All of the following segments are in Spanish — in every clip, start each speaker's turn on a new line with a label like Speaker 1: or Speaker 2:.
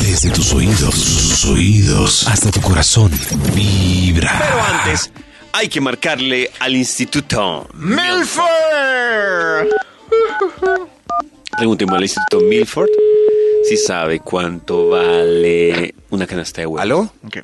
Speaker 1: Desde tus oídos, sus oídos, hasta tu corazón. Vibra.
Speaker 2: Pero antes, hay que marcarle al Instituto
Speaker 3: ¡Milford!
Speaker 2: Preguntemos al Instituto Milford si sabe cuánto vale una canasta de huevos.
Speaker 3: ¿Aló?
Speaker 4: Ok.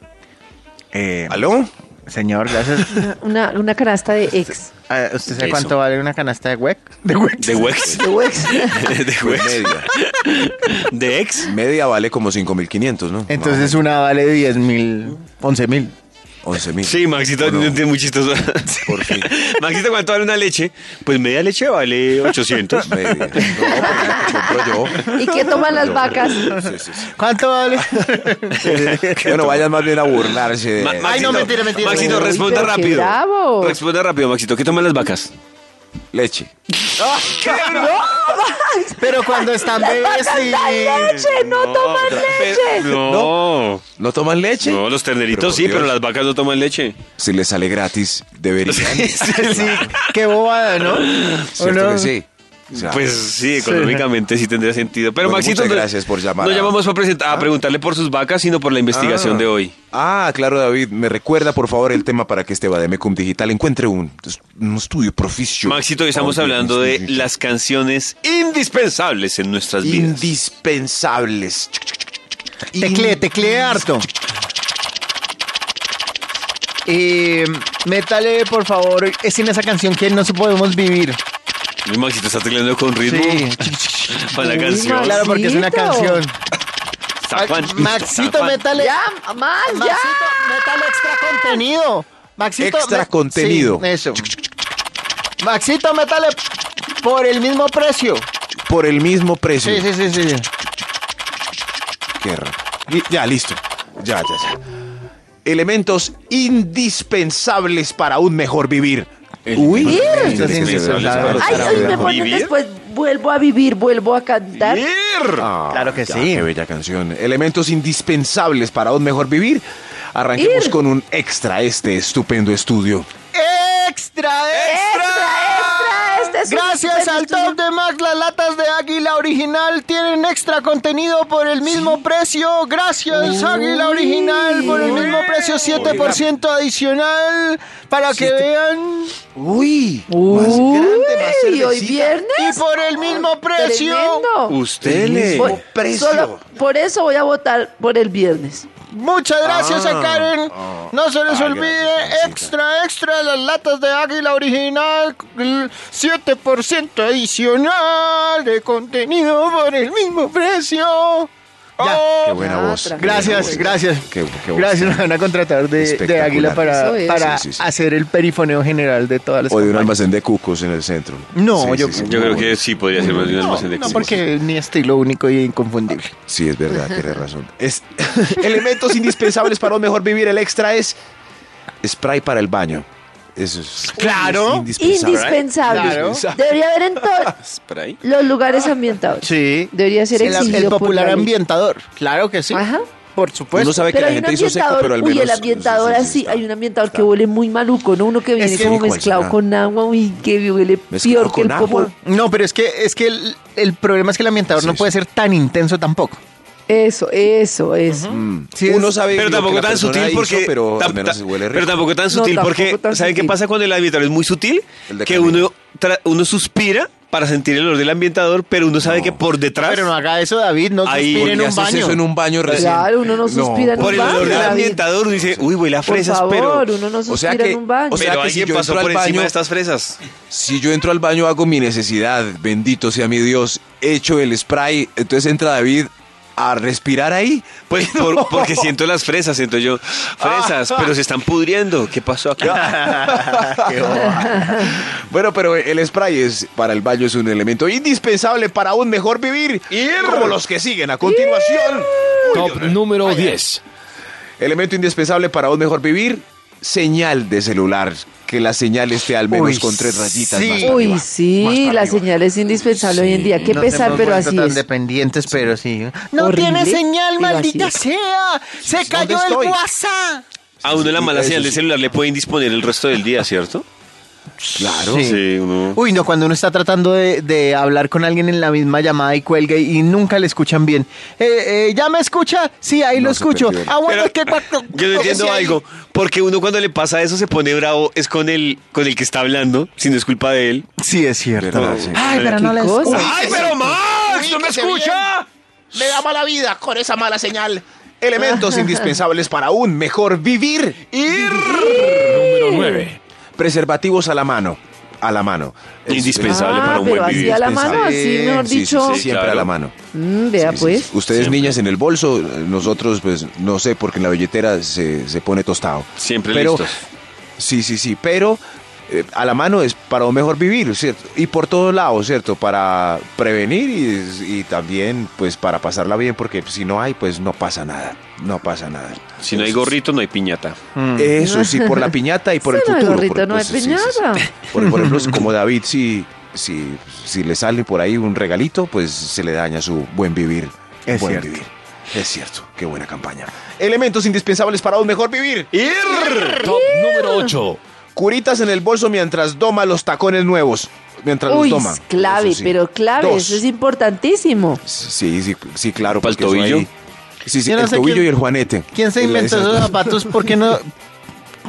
Speaker 4: Eh,
Speaker 3: ¿Aló?
Speaker 4: Señor, gracias.
Speaker 5: Una, una canasta de ex.
Speaker 4: Ah, ¿Usted sabe
Speaker 2: Eso.
Speaker 4: cuánto vale una canasta de huec? De huec.
Speaker 2: ¿De huevos?
Speaker 5: De huex.
Speaker 2: ¿De
Speaker 3: Pues
Speaker 2: huevos?
Speaker 3: media.
Speaker 2: ¿De ex?
Speaker 3: Media vale como 5.500, ¿no?
Speaker 4: Entonces una vale 10 mil, 11 mil.
Speaker 3: 11.000.
Speaker 2: Sí, Maxito,
Speaker 3: ¿O no?
Speaker 2: no entiendo muy chistoso.
Speaker 3: Por fin.
Speaker 2: Maxito, ¿cuánto vale una leche? Pues media leche vale 800.
Speaker 3: Media. No, porque la que compro yo.
Speaker 5: ¿Y qué toman las vacas?
Speaker 3: Sí, sí, sí.
Speaker 4: ¿Cuánto vale?
Speaker 3: Bueno, vayan más bien a burlarse de...
Speaker 2: Ma-
Speaker 4: Ay, no, mentira, mentira.
Speaker 2: Maxito,
Speaker 4: Uy,
Speaker 2: responda
Speaker 5: pero qué
Speaker 2: rápido.
Speaker 5: bravo.
Speaker 2: Responda rápido, Maxito. ¿Qué toman las vacas?
Speaker 3: Leche.
Speaker 4: Pero cuando están bebés sí.
Speaker 5: leche! ¡No, toman leche!
Speaker 2: No.
Speaker 3: ¿No toman leche?
Speaker 2: No, los terneritos
Speaker 3: Pero por
Speaker 2: sí, pero
Speaker 3: Dios,
Speaker 2: las vacas no toman leche.
Speaker 3: Si les sale gratis, deberían.
Speaker 4: Sí, qué bobada, ¿no? ¿O
Speaker 3: ¿Cierto
Speaker 4: no?
Speaker 3: que sí? O sea,
Speaker 2: Pues sí, económicamente sí tendría sentido. Pero
Speaker 3: Bueno,
Speaker 2: Maxito,
Speaker 3: muchas
Speaker 2: no-
Speaker 3: gracias por llamar
Speaker 2: No
Speaker 3: a-
Speaker 2: llamamos para present- a preguntarle por sus vacas, sino por la investigación
Speaker 3: Ah.
Speaker 2: de hoy.
Speaker 3: Ah, claro, David. Me recuerda, por favor, el tema para que este Bademecum Digital encuentre un, pues, un estudio proficio.
Speaker 2: Maxito, hoy estamos hablando de las canciones indispensables en nuestras vidas.
Speaker 3: Indispensables.
Speaker 4: Teclee, teclee harto. Eh, métale, por favor, es en esa canción que no se podemos vivir.
Speaker 2: Uy, Maxito está tecleando con ritmo para la
Speaker 5: Uy,
Speaker 2: canción.
Speaker 5: Maxito.
Speaker 4: Claro, porque es una canción.
Speaker 2: San Juan. San
Speaker 4: Maxito,
Speaker 2: Juan.
Speaker 4: métale.
Speaker 5: ¡Ya! ¡Más!
Speaker 4: Maxito,
Speaker 5: ¡Ya!
Speaker 4: métale extra contenido. Maxito,
Speaker 3: Extra
Speaker 4: me-
Speaker 3: contenido.
Speaker 4: Sí, eso. Maxito, métale por el mismo precio.
Speaker 3: Por el mismo precio.
Speaker 4: Sí, sí, sí, sí.
Speaker 3: Qué raro. Li- Ya, listo. Ya, ya, ya. Elementos indispensables para un mejor vivir. Uy,
Speaker 5: Vivir.
Speaker 3: Esto es indispensable.
Speaker 4: Ay,
Speaker 5: Ay,
Speaker 3: Para
Speaker 5: hoy
Speaker 3: un
Speaker 5: me
Speaker 3: mejor
Speaker 5: ponen
Speaker 2: ¿Vivir?
Speaker 5: después, vuelvo a vivir, vuelvo a cantar.
Speaker 3: Ah,
Speaker 4: Claro que
Speaker 3: ya,
Speaker 4: sí.
Speaker 3: Qué bella canción. Elementos indispensables para un mejor vivir. Arranquemos
Speaker 5: Ir.
Speaker 3: con un extra este estupendo estudio.
Speaker 4: ¡Extra, extra!
Speaker 5: ¡Extra, extra! Este es un
Speaker 4: Gracias
Speaker 5: super
Speaker 4: al
Speaker 5: estudio.
Speaker 4: Top de Max, las latas de Águila Original tienen extra contenido por el mismo precio. Gracias, Águila Original, por el mismo precio, 7% adicional para que vean.
Speaker 3: Uy.
Speaker 5: Uy, ¿y
Speaker 3: cervecita.
Speaker 5: hoy
Speaker 4: Y
Speaker 5: viernes?
Speaker 4: por el mismo precio.
Speaker 5: Tremendo.
Speaker 2: Usted le...
Speaker 5: Voy-
Speaker 3: precio.
Speaker 5: solo por eso voy a votar por el viernes.
Speaker 4: Muchas gracias
Speaker 3: Ah,
Speaker 4: a Karen.
Speaker 3: ah.
Speaker 4: no se les
Speaker 3: Ay,
Speaker 4: olvide,
Speaker 3: gracias, Karencita.
Speaker 4: extra, extra, las latas de águila original, el 7% adicional de contenido por el mismo precio.
Speaker 3: Ya.
Speaker 4: Oh,
Speaker 3: Qué buena
Speaker 5: Ah,
Speaker 3: voz.
Speaker 5: tra-
Speaker 4: Gracias,
Speaker 3: Qué buena
Speaker 4: gracias.
Speaker 3: voz. Qué bu- qué voz.
Speaker 4: gracias, nos van a contratar de, de
Speaker 3: Espectacular.
Speaker 4: Águila para,
Speaker 5: Eso es.
Speaker 4: para
Speaker 3: Sí, sí, sí.
Speaker 4: hacer el perifoneo general de todas las
Speaker 3: O de un
Speaker 4: campañas.
Speaker 3: almacén de cucos en el centro.
Speaker 4: No, yo-
Speaker 2: Yo creo que sí podría ser más de un
Speaker 4: No,
Speaker 2: almacén de
Speaker 4: no,
Speaker 2: cosas.
Speaker 4: porque ni estilo único y inconfundible.
Speaker 3: Sí, es verdad, tienes razón. Es- Elementos indispensables para un mejor vivir. El extra es spray para el baño. Eso es.
Speaker 4: Claro.
Speaker 3: es indispensable.
Speaker 5: Indispensable.
Speaker 4: Pues, Claro.
Speaker 5: Debería haber en todos
Speaker 2: Spray.
Speaker 5: los lugares ambientados.
Speaker 4: Sí.
Speaker 5: Debería ser
Speaker 4: el,
Speaker 5: exigido
Speaker 4: el
Speaker 5: por
Speaker 4: popular
Speaker 5: la ley.
Speaker 4: ambientador. Claro que sí.
Speaker 5: Ajá.
Speaker 4: Por supuesto.
Speaker 3: Uno sabe que
Speaker 5: Pero
Speaker 3: la
Speaker 5: hay un
Speaker 3: gente hizo seco,
Speaker 5: ambientador,
Speaker 3: pero al
Speaker 5: uy,
Speaker 3: menos.
Speaker 5: el ambientador
Speaker 3: sí, sí, sí,
Speaker 5: así,
Speaker 3: está.
Speaker 5: hay un ambientador que
Speaker 3: Está.
Speaker 5: huele muy maluco, ¿no? Uno que viene
Speaker 4: que-
Speaker 5: como
Speaker 3: Sí, ¿cuál
Speaker 5: mezclado
Speaker 3: será?
Speaker 5: con agua, uy, que huele
Speaker 3: Mezclado
Speaker 5: peor que el
Speaker 3: con agua.
Speaker 5: popol.
Speaker 4: No, pero es que es que el, el problema es que el ambientador
Speaker 3: Sí,
Speaker 4: no
Speaker 3: sí.
Speaker 4: puede ser tan intenso tampoco.
Speaker 5: Eso, eso, eso.
Speaker 4: Sí,
Speaker 3: Mm. Uno
Speaker 4: es-
Speaker 3: sabe
Speaker 2: Pero
Speaker 3: lo que
Speaker 2: tampoco
Speaker 3: la
Speaker 2: tan
Speaker 3: persona
Speaker 2: sutil
Speaker 3: hizo,
Speaker 2: porque.
Speaker 3: pero
Speaker 2: tam-
Speaker 3: al menos
Speaker 2: ta-
Speaker 3: huele rico.
Speaker 2: Pero tampoco tan
Speaker 5: No,
Speaker 2: sutil porque.
Speaker 5: tampoco tan
Speaker 2: ¿Saben qué
Speaker 5: sutil.
Speaker 2: pasa cuando el ambientador es muy sutil?
Speaker 3: El de
Speaker 2: Que
Speaker 3: canela.
Speaker 2: uno, tra- uno suspira para sentir el olor del ambientador, pero uno sabe que por detrás.
Speaker 4: Pero no haga eso, David. No
Speaker 2: Ahí-
Speaker 4: suspire en
Speaker 3: Porque
Speaker 4: un
Speaker 3: haces
Speaker 4: baño.
Speaker 3: eso en un baño recién.
Speaker 5: Claro, uno no suspira en
Speaker 2: por
Speaker 5: un
Speaker 2: el
Speaker 5: baño,
Speaker 2: olor del
Speaker 5: David.
Speaker 2: ambientador uno dice, uy, huele a
Speaker 5: Por
Speaker 2: fresas,
Speaker 5: favor,
Speaker 2: pero.
Speaker 5: uno no suspira
Speaker 3: o sea que-
Speaker 5: en un baño.
Speaker 3: o sea-
Speaker 2: pero
Speaker 3: que si
Speaker 2: alguien
Speaker 3: yo
Speaker 2: pasó
Speaker 3: entro
Speaker 2: por
Speaker 3: al
Speaker 2: encima
Speaker 3: baño-
Speaker 2: de estas fresas.
Speaker 3: Si yo entro al baño, hago mi necesidad. Bendito sea mi Dios. Echo el spray. Entonces entra David a respirar ahí.
Speaker 2: Pues por- porque siento las fresas, siento yo. Fresas, pero se están pudriendo. ¿Qué pasó aquí?
Speaker 3: Bueno, pero el spray es para el baño es un elemento indispensable para un mejor vivir. Como los que siguen a continuación.
Speaker 1: Top número 10.
Speaker 3: Elemento indispensable para un mejor vivir. Señal de celular. Que la señal esté al menos
Speaker 4: Uy,
Speaker 3: con tres rayitas
Speaker 4: sí.
Speaker 3: más para
Speaker 5: Uy,
Speaker 3: arriba, más
Speaker 5: sí,
Speaker 3: para
Speaker 5: la
Speaker 3: arriba.
Speaker 5: señal es indispensable hoy en día. Qué
Speaker 4: Nos
Speaker 5: pesar,
Speaker 4: hemos
Speaker 5: pero
Speaker 4: vuelto
Speaker 5: así
Speaker 4: tan
Speaker 5: es.
Speaker 4: dependientes, pero sí. No
Speaker 5: Horrible,
Speaker 4: tiene señal,
Speaker 5: pero así
Speaker 4: maldita
Speaker 5: es.
Speaker 4: sea. Se cayó el
Speaker 3: estoy?
Speaker 4: WhatsApp.
Speaker 2: A uno la mala
Speaker 3: Eso
Speaker 2: señal de
Speaker 3: sí.
Speaker 2: celular le puede indisponer el resto del día, ¿cierto?
Speaker 3: Claro.
Speaker 4: Sí.
Speaker 2: Sí, uno-
Speaker 4: Uy, no, cuando uno está tratando de, de hablar con alguien en la misma llamada y cuelga y, y nunca le escuchan bien. Eh, eh, ¿Ya me escucha? Sí, ahí
Speaker 3: No
Speaker 4: lo
Speaker 3: se
Speaker 4: escucho.
Speaker 3: perdió.
Speaker 4: Ah, bueno,
Speaker 2: Pero
Speaker 4: es que cuando-
Speaker 2: yo no entiendo
Speaker 4: sí, ahí-
Speaker 2: algo, porque uno cuando le pasa eso se pone bravo, es con el, con el que está hablando, si no es culpa de él.
Speaker 4: Sí, es cierto.
Speaker 3: ¿Verdad? Sí.
Speaker 4: Ay, pero
Speaker 5: ¿Qué
Speaker 4: no le
Speaker 5: cosa?
Speaker 4: escucho.
Speaker 2: ¡Ay, pero Max! ¡No me
Speaker 3: Ubíquese
Speaker 2: escucha!
Speaker 3: Me da mala vida con esa mala señal. Elementos indispensables para un mejor vivir. Ir. Número 9. Preservativos a la mano. A la mano. Es-
Speaker 2: Indispensable
Speaker 5: Ah,
Speaker 2: para un
Speaker 5: pero
Speaker 2: buen
Speaker 5: así
Speaker 2: vivir.
Speaker 5: a la mano,
Speaker 3: indispensable.
Speaker 5: así, mejor
Speaker 3: Sí, sí,
Speaker 5: dicho.
Speaker 3: sí, siempre
Speaker 2: Claro.
Speaker 3: a la mano.
Speaker 5: Mm, vea,
Speaker 3: Sí, sí,
Speaker 5: pues.
Speaker 3: sí. Ustedes
Speaker 2: Siempre.
Speaker 3: niñas en el bolso, eh, nosotros pues no sé, porque en la billetera se, se pone tostado.
Speaker 2: Siempre
Speaker 3: pero,
Speaker 2: listos.
Speaker 3: Sí, sí, sí, pero eh, a la mano es para un mejor vivir, ¿cierto? Y por todos lados, ¿cierto? Para prevenir y, y también pues para pasarla bien, porque si no hay, pues no pasa nada, no pasa nada.
Speaker 2: Si no hay gorrito, no hay piñata.
Speaker 4: Mm.
Speaker 3: Eso sí, por la piñata y por el
Speaker 5: Eso no es
Speaker 3: futuro.
Speaker 5: gorrito,
Speaker 3: por-
Speaker 5: no es
Speaker 3: sí, sí, sí.
Speaker 5: piñata.
Speaker 3: Por, por ejemplo, como David, si, si, si le sale por ahí un regalito, pues se le daña su buen vivir.
Speaker 4: Es
Speaker 3: Buen
Speaker 4: cierto.
Speaker 3: vivir. Es cierto, qué buena campaña. Elementos indispensables para un mejor vivir.
Speaker 1: Top número 8.
Speaker 3: Curitas en el bolso mientras doma los tacones nuevos. Mientras
Speaker 5: Uy,
Speaker 3: los toma.
Speaker 5: es clave,
Speaker 3: Eso sí.
Speaker 5: pero clave,
Speaker 3: Dos.
Speaker 5: eso es importantísimo.
Speaker 3: Sí, sí, sí, claro.
Speaker 2: ¿Para el
Speaker 3: porque eso
Speaker 2: tobillo?
Speaker 3: ahí- Sí, sí,
Speaker 4: Yo no
Speaker 3: el
Speaker 4: sé
Speaker 3: tobillo
Speaker 4: quién-
Speaker 3: y el juanete.
Speaker 4: ¿Quién se
Speaker 3: El-
Speaker 4: inventó
Speaker 3: esa-
Speaker 4: esos zapatos? ¿Por qué no,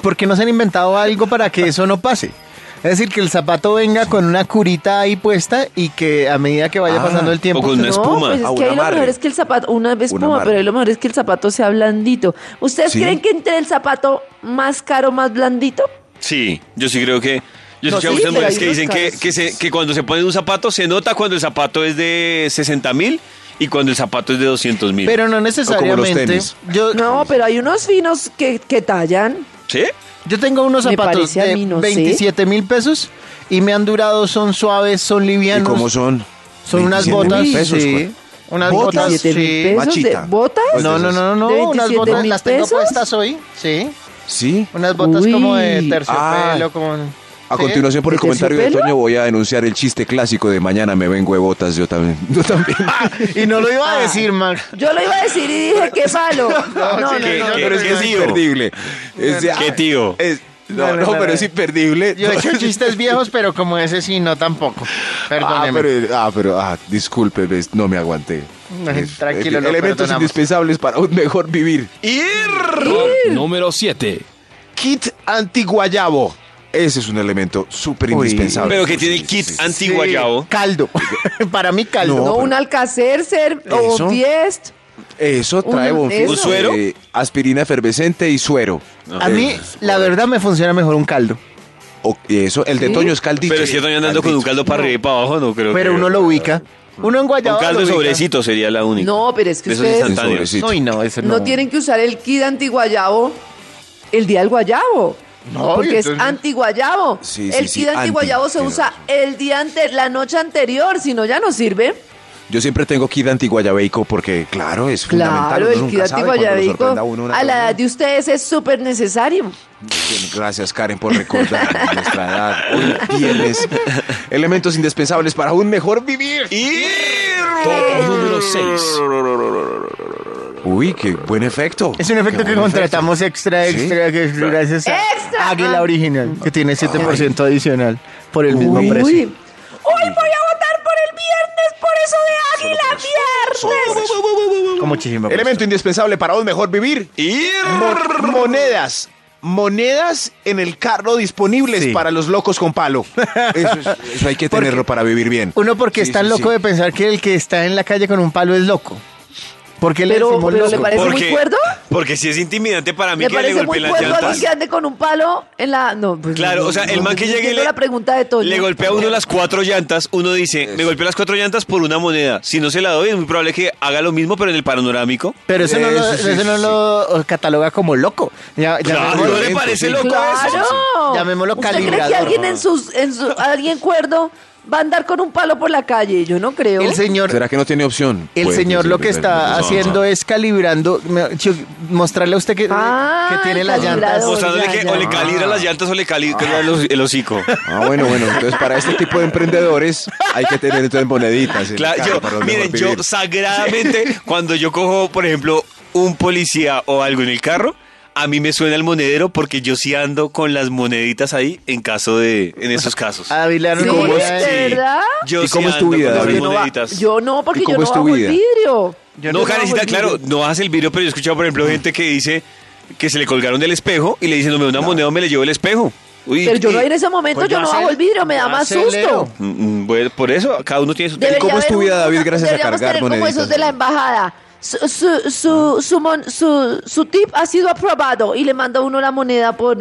Speaker 4: por qué no se han inventado algo para que eso no pase? Es decir, que el zapato venga con una curita ahí puesta y que a medida que vaya
Speaker 3: Ah,
Speaker 4: pasando el tiempo...
Speaker 2: o con una
Speaker 5: no,
Speaker 2: espuma.
Speaker 5: pues es
Speaker 3: Ah, un
Speaker 5: que ahí lo
Speaker 3: amarre.
Speaker 5: mejor es que el zapato, una espuma,
Speaker 3: amarre.
Speaker 5: pero ahí lo mejor es que el zapato sea blandito. ¿Ustedes
Speaker 3: Sí.
Speaker 5: creen que entre el zapato más caro, más blandito?
Speaker 2: Sí, yo sí creo que. Yo
Speaker 5: No,
Speaker 2: escuché a
Speaker 5: sí,
Speaker 2: muchas
Speaker 5: pero
Speaker 2: mujeres
Speaker 5: hay
Speaker 2: que
Speaker 5: unos
Speaker 2: dicen que,
Speaker 5: casos.
Speaker 2: que, se- que cuando se pone un zapato se nota cuando el zapato es de 60 mil y cuando el zapato es de 200 mil.
Speaker 4: Pero no necesariamente.
Speaker 3: tenis.
Speaker 4: Yo,
Speaker 5: No, pero hay unos finos que, que tallan.
Speaker 2: ¿Sí?
Speaker 4: Yo tengo unos
Speaker 5: Me
Speaker 4: zapatos
Speaker 5: parece a
Speaker 4: de
Speaker 5: mí, no sé.
Speaker 4: 27 mil pesos y me han durado, son suaves, son
Speaker 3: ¿Y
Speaker 4: livianos.
Speaker 3: cómo son?
Speaker 4: Son unas
Speaker 3: 27
Speaker 4: botas,
Speaker 3: mil pesos,
Speaker 4: sí.
Speaker 3: ¿cuál?
Speaker 4: Unas
Speaker 3: Botas,
Speaker 4: botas,
Speaker 5: 27 mil
Speaker 4: sí.
Speaker 5: pesos
Speaker 3: machita.
Speaker 5: de botas.
Speaker 3: Pues
Speaker 4: No, no, no, no,
Speaker 5: ¿De
Speaker 4: no, unas
Speaker 5: 27
Speaker 4: botas
Speaker 5: mil
Speaker 4: las tengo
Speaker 5: pesos?
Speaker 4: puestas hoy, sí.
Speaker 3: Sí.
Speaker 4: Unas botas
Speaker 5: Uy.
Speaker 4: como de terciopelo,
Speaker 3: Ah.
Speaker 4: como...
Speaker 3: A
Speaker 4: sí.
Speaker 3: continuación, por el
Speaker 5: ¿De
Speaker 3: comentario de
Speaker 5: terciopelo?
Speaker 3: Toño, voy a denunciar el chiste clásico de mañana me vengo de botas, yo también. Yo también.
Speaker 4: Y no lo iba a
Speaker 5: Ah.
Speaker 4: decir, Max.
Speaker 5: Yo lo iba a decir y dije, qué malo. No, no,
Speaker 4: sí,
Speaker 2: que-
Speaker 5: no, no,
Speaker 2: que-
Speaker 5: no,
Speaker 3: pero es
Speaker 5: no,
Speaker 3: que
Speaker 5: no.
Speaker 3: es imperdible. Es
Speaker 5: Ah.
Speaker 3: de-
Speaker 2: ¿Qué tío?
Speaker 3: es-
Speaker 4: No,
Speaker 3: no, no,
Speaker 4: no, no,
Speaker 3: pero
Speaker 4: no.
Speaker 3: es imperdible.
Speaker 4: Yo he hecho chistes viejos, pero como ese sí, no tampoco.
Speaker 3: Ah,
Speaker 4: Perdóneme.
Speaker 3: pero, ah, pero ah, disculpe, ves, no me aguanté. Es-
Speaker 4: Tranquilo, lo
Speaker 3: Elementos
Speaker 4: perdonamos.
Speaker 3: indispensables para un mejor vivir.
Speaker 1: Top número 7.
Speaker 3: Kit antiguayabo. Ese es un elemento súper indispensable.
Speaker 2: Pero que tiene el kit
Speaker 4: Sí,
Speaker 2: antiguayabo.
Speaker 4: caldo. Para mí, caldo.
Speaker 3: No,
Speaker 5: No, un Alcacercer o
Speaker 3: Eso.
Speaker 5: un Fiest.
Speaker 3: Eso trae
Speaker 5: Un-
Speaker 3: bonfil.
Speaker 5: ¿Un
Speaker 2: suero?
Speaker 3: eh, aspirina efervescente y suero.
Speaker 4: A mí, la verdad, me funciona mejor un caldo.
Speaker 3: O- eso, el de
Speaker 5: ¿Sí?
Speaker 3: Toño es caldito.
Speaker 2: Pero es que estoy andando con un caldo para arriba y para abajo, no creo.
Speaker 4: Pero
Speaker 2: que-
Speaker 4: uno lo ubica. Uno en
Speaker 2: Un
Speaker 4: Guayaba
Speaker 2: caldo
Speaker 4: lo ubica.
Speaker 2: sobrecito sería la única.
Speaker 5: No, pero es que
Speaker 2: Eso
Speaker 5: ustedes-
Speaker 2: instantáneo.
Speaker 3: Sobrecito.
Speaker 4: Uy, no, eso no.
Speaker 5: No tienen que usar el kit antiguayabo el día del guayabo.
Speaker 4: No,
Speaker 5: porque es
Speaker 4: entonces-
Speaker 5: antiguayabo.
Speaker 3: Sí, sí,
Speaker 5: el
Speaker 3: sí,
Speaker 5: kit antiguayabo se
Speaker 3: anti,
Speaker 5: usa el día antes, la noche anterior, si no ya no sirve.
Speaker 3: Yo siempre tengo kit antiguayabeico porque, claro, es fundamental.
Speaker 5: Claro,
Speaker 3: uno
Speaker 5: el
Speaker 3: nunca
Speaker 5: kit
Speaker 3: sabe cuando lo
Speaker 5: antiguayabico
Speaker 3: sorprenda uno una
Speaker 5: a la
Speaker 3: cosa.
Speaker 5: edad de ustedes es súper necesario.
Speaker 3: Bien, Gracias, Karen, por recordar nuestra edad. Hoy tienes elementos indispensables para un mejor vivir.
Speaker 1: Top número 6.
Speaker 3: Uy, qué buen efecto.
Speaker 4: Es un efecto
Speaker 3: Qué
Speaker 4: que
Speaker 3: buen
Speaker 4: contratamos extra,
Speaker 3: Sí.
Speaker 4: extra, que gracias a
Speaker 5: ¡Extra! Ah.
Speaker 4: Águila Original, que tiene 7% adicional por el mismo
Speaker 5: Uy,
Speaker 4: precio.
Speaker 5: uy, voy a votar por el viernes, por eso de Águila Viernes.
Speaker 4: Como chimba. pues.
Speaker 3: Elemento indispensable para un mejor vivir. Mo- monedas. Monedas en el carro disponibles
Speaker 4: Sí.
Speaker 3: para los locos con palo. Eso, es- eso hay que tenerlo para vivir bien.
Speaker 4: Uno porque
Speaker 3: Sí,
Speaker 4: es tan
Speaker 3: sí,
Speaker 4: loco
Speaker 3: sí.
Speaker 4: de pensar que el que está en la calle con un palo es loco. ¿Por qué le
Speaker 5: Pero-
Speaker 4: decimos
Speaker 5: pero
Speaker 4: loco?
Speaker 5: le parece muy cuerdo?
Speaker 2: Porque si es intimidante para mí
Speaker 5: Me
Speaker 2: que le
Speaker 5: parece muy
Speaker 2: golpeen las
Speaker 5: cuerdo a
Speaker 2: llantas.
Speaker 5: alguien que ande con un palo en la. No, pues,
Speaker 2: Claro,
Speaker 5: no,
Speaker 2: o sea,
Speaker 5: no,
Speaker 2: el
Speaker 5: no,
Speaker 2: man que
Speaker 5: no
Speaker 2: llegue y
Speaker 5: entiendo
Speaker 2: le,
Speaker 5: la pregunta de Toño.
Speaker 2: le golpea a uno las cuatro llantas, uno dice, me golpea las cuatro llantas por una moneda. Si no se la doy, es muy probable que haga lo mismo, pero en el panorámico.
Speaker 4: Pero eso no, lo,
Speaker 3: Eso sí,
Speaker 4: eso no
Speaker 3: sí.
Speaker 4: lo cataloga como loco. Ya,
Speaker 2: Claro,
Speaker 4: llamémoslo-
Speaker 2: ¿no le parece
Speaker 3: sí,
Speaker 2: loco eso?
Speaker 5: Claro.
Speaker 4: Llamémoslo
Speaker 5: ¿Usted cree que
Speaker 4: calibrador.
Speaker 5: alguien en sus, en su, alguien cuerdo va a andar con un palo por la calle? Yo no creo.
Speaker 4: el señor
Speaker 3: ¿Será que no tiene opción?
Speaker 4: El
Speaker 3: Puede
Speaker 4: señor
Speaker 3: ser,
Speaker 4: lo que
Speaker 3: puede
Speaker 4: está
Speaker 3: ser.
Speaker 4: haciendo es calibrando, me- yo- mostrarle a usted que,
Speaker 5: Ah,
Speaker 4: que tiene
Speaker 5: el
Speaker 4: las llantas.
Speaker 5: calibrador.
Speaker 2: O sea,
Speaker 5: ya,
Speaker 2: que
Speaker 5: ya.
Speaker 2: o le calibra las llantas o le calibra los- el hocico.
Speaker 3: Ah, bueno, bueno. Entonces, para este tipo de emprendedores hay que tener entonces moneditas. en el
Speaker 2: Claro,
Speaker 3: carro
Speaker 2: yo-
Speaker 3: para un
Speaker 2: miren,
Speaker 3: mejor
Speaker 2: yo
Speaker 3: vivir.
Speaker 2: sagradamente, cuando yo cojo, por ejemplo, un policía o algo en el carro, A mí me suena el monedero porque yo sí ando con las moneditas ahí en caso de, en esos casos.
Speaker 4: Ávila,
Speaker 5: Sí,
Speaker 4: no
Speaker 5: Ah, ¿de
Speaker 4: voy a-
Speaker 5: verdad?
Speaker 2: Yo
Speaker 3: ¿Y
Speaker 2: sí
Speaker 3: cómo es tu
Speaker 2: ando
Speaker 3: vida,
Speaker 2: con
Speaker 3: David?
Speaker 2: las
Speaker 3: Yo no
Speaker 2: moneditas.
Speaker 5: Yo no, porque
Speaker 3: ¿Y
Speaker 5: yo
Speaker 3: cómo
Speaker 5: no
Speaker 3: es tu
Speaker 5: bajo el
Speaker 3: vida?
Speaker 5: vidrio. Yo
Speaker 2: No,
Speaker 5: bajo el
Speaker 2: Karencita, claro,
Speaker 5: vidrio.
Speaker 2: no hace el video, pero yo he escuchado, por ejemplo, gente que dice que se le colgaron del espejo y le dicen, no me da una moneda o me le llevo el espejo. Uy,
Speaker 5: Pero yo
Speaker 2: y-
Speaker 5: no en ese momento,
Speaker 4: Pues
Speaker 5: yo
Speaker 4: yo
Speaker 5: no
Speaker 4: acel-
Speaker 5: bajo el vidrio, me da
Speaker 4: yo
Speaker 5: más
Speaker 4: acelero.
Speaker 5: susto.
Speaker 2: Mm, mm, bueno, por eso, cada uno tiene su...
Speaker 5: Debería
Speaker 3: cómo es
Speaker 5: haber
Speaker 3: tu vida,
Speaker 5: un-
Speaker 3: David, gracias a
Speaker 5: deberíamos
Speaker 3: cargar
Speaker 5: tener como
Speaker 3: moneditas?
Speaker 5: esos de la embajada. Su, su, su, su, mon- su, su tip ha sido aprobado y le manda uno la moneda por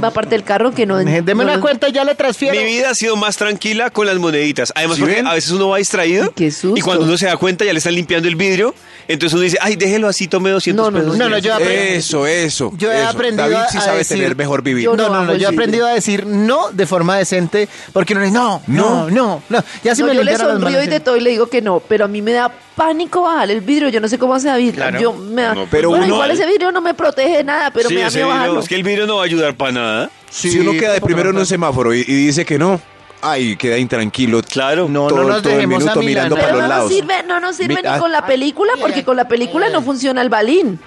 Speaker 5: la parte del carro que no...
Speaker 4: Deme
Speaker 5: no-
Speaker 4: una cuenta, ya le transfiero.
Speaker 2: Mi vida ha sido más tranquila con las moneditas. Además,
Speaker 3: ¿Sí
Speaker 2: porque
Speaker 3: ven?
Speaker 2: a veces uno va distraído
Speaker 5: Qué susto.
Speaker 2: y cuando uno se da cuenta ya le están limpiando el vidrio. Entonces uno dice, ay, déjelo así, tome 200
Speaker 5: No, no, no,
Speaker 2: pesos.
Speaker 4: No, no, yo aprendí.
Speaker 3: Eso, eso.
Speaker 4: Yo he
Speaker 3: eso.
Speaker 4: aprendido
Speaker 3: David sí
Speaker 4: a- a
Speaker 3: sabe
Speaker 4: decir-
Speaker 3: tener mejor vivir.
Speaker 5: Yo
Speaker 4: no, no,
Speaker 5: bajo
Speaker 4: no,
Speaker 5: el
Speaker 4: yo he
Speaker 5: vidrio.
Speaker 4: aprendido a decir no de forma decente porque uno dice no, no, no, no. Ya se
Speaker 5: No,
Speaker 4: me
Speaker 5: yo le
Speaker 4: limpiaron las
Speaker 5: sonrío y
Speaker 4: manos.
Speaker 5: de todo y le digo que no, pero a mí me da pánico bajar el vidrio. Yo no sé cómo hace David. Yo me da-
Speaker 2: pues
Speaker 3: Pero
Speaker 5: bueno,
Speaker 3: uno-
Speaker 5: igual ese vidrio no me protege de nada, pero
Speaker 2: Sí,
Speaker 5: me da
Speaker 2: ese
Speaker 5: miedo
Speaker 2: vidrio-
Speaker 5: bajarlo.
Speaker 2: es que el vidrio no va a ayudar para nada.
Speaker 3: si uno
Speaker 4: Sí,
Speaker 3: queda de
Speaker 4: como
Speaker 3: primero en
Speaker 4: trampa.
Speaker 3: un semáforo y, y dice que no, ay, queda intranquilo.
Speaker 2: Claro.
Speaker 4: No,
Speaker 3: todo,
Speaker 4: no nos
Speaker 3: todo el
Speaker 4: dejemos
Speaker 3: minuto
Speaker 4: a Milán,
Speaker 3: mirando
Speaker 4: ¿eh?
Speaker 3: para
Speaker 5: Pero
Speaker 3: los
Speaker 5: no nos
Speaker 3: lados.
Speaker 5: sirve, no nos sirve
Speaker 3: Mi-
Speaker 5: ni
Speaker 3: ah,
Speaker 5: con la película, porque con la película no funciona el balín.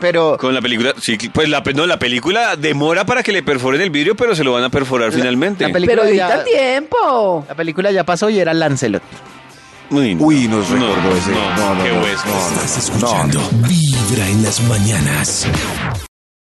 Speaker 4: Pero
Speaker 2: Con la película, sí, pues la, pe- no, la película demora para que le perforen el vidrio, pero se lo van a perforar finalmente.
Speaker 4: la película
Speaker 5: Pero
Speaker 4: ya-
Speaker 5: evita el tiempo.
Speaker 4: la película ya pasó y era Lancelot.
Speaker 2: Uy, no,
Speaker 3: Uy, nos
Speaker 2: no,
Speaker 3: recordó ese.
Speaker 2: no,
Speaker 3: No, no,
Speaker 2: qué
Speaker 3: no,
Speaker 2: hueso.
Speaker 3: no, no.
Speaker 1: Estás escuchando Vibra en las mañanas.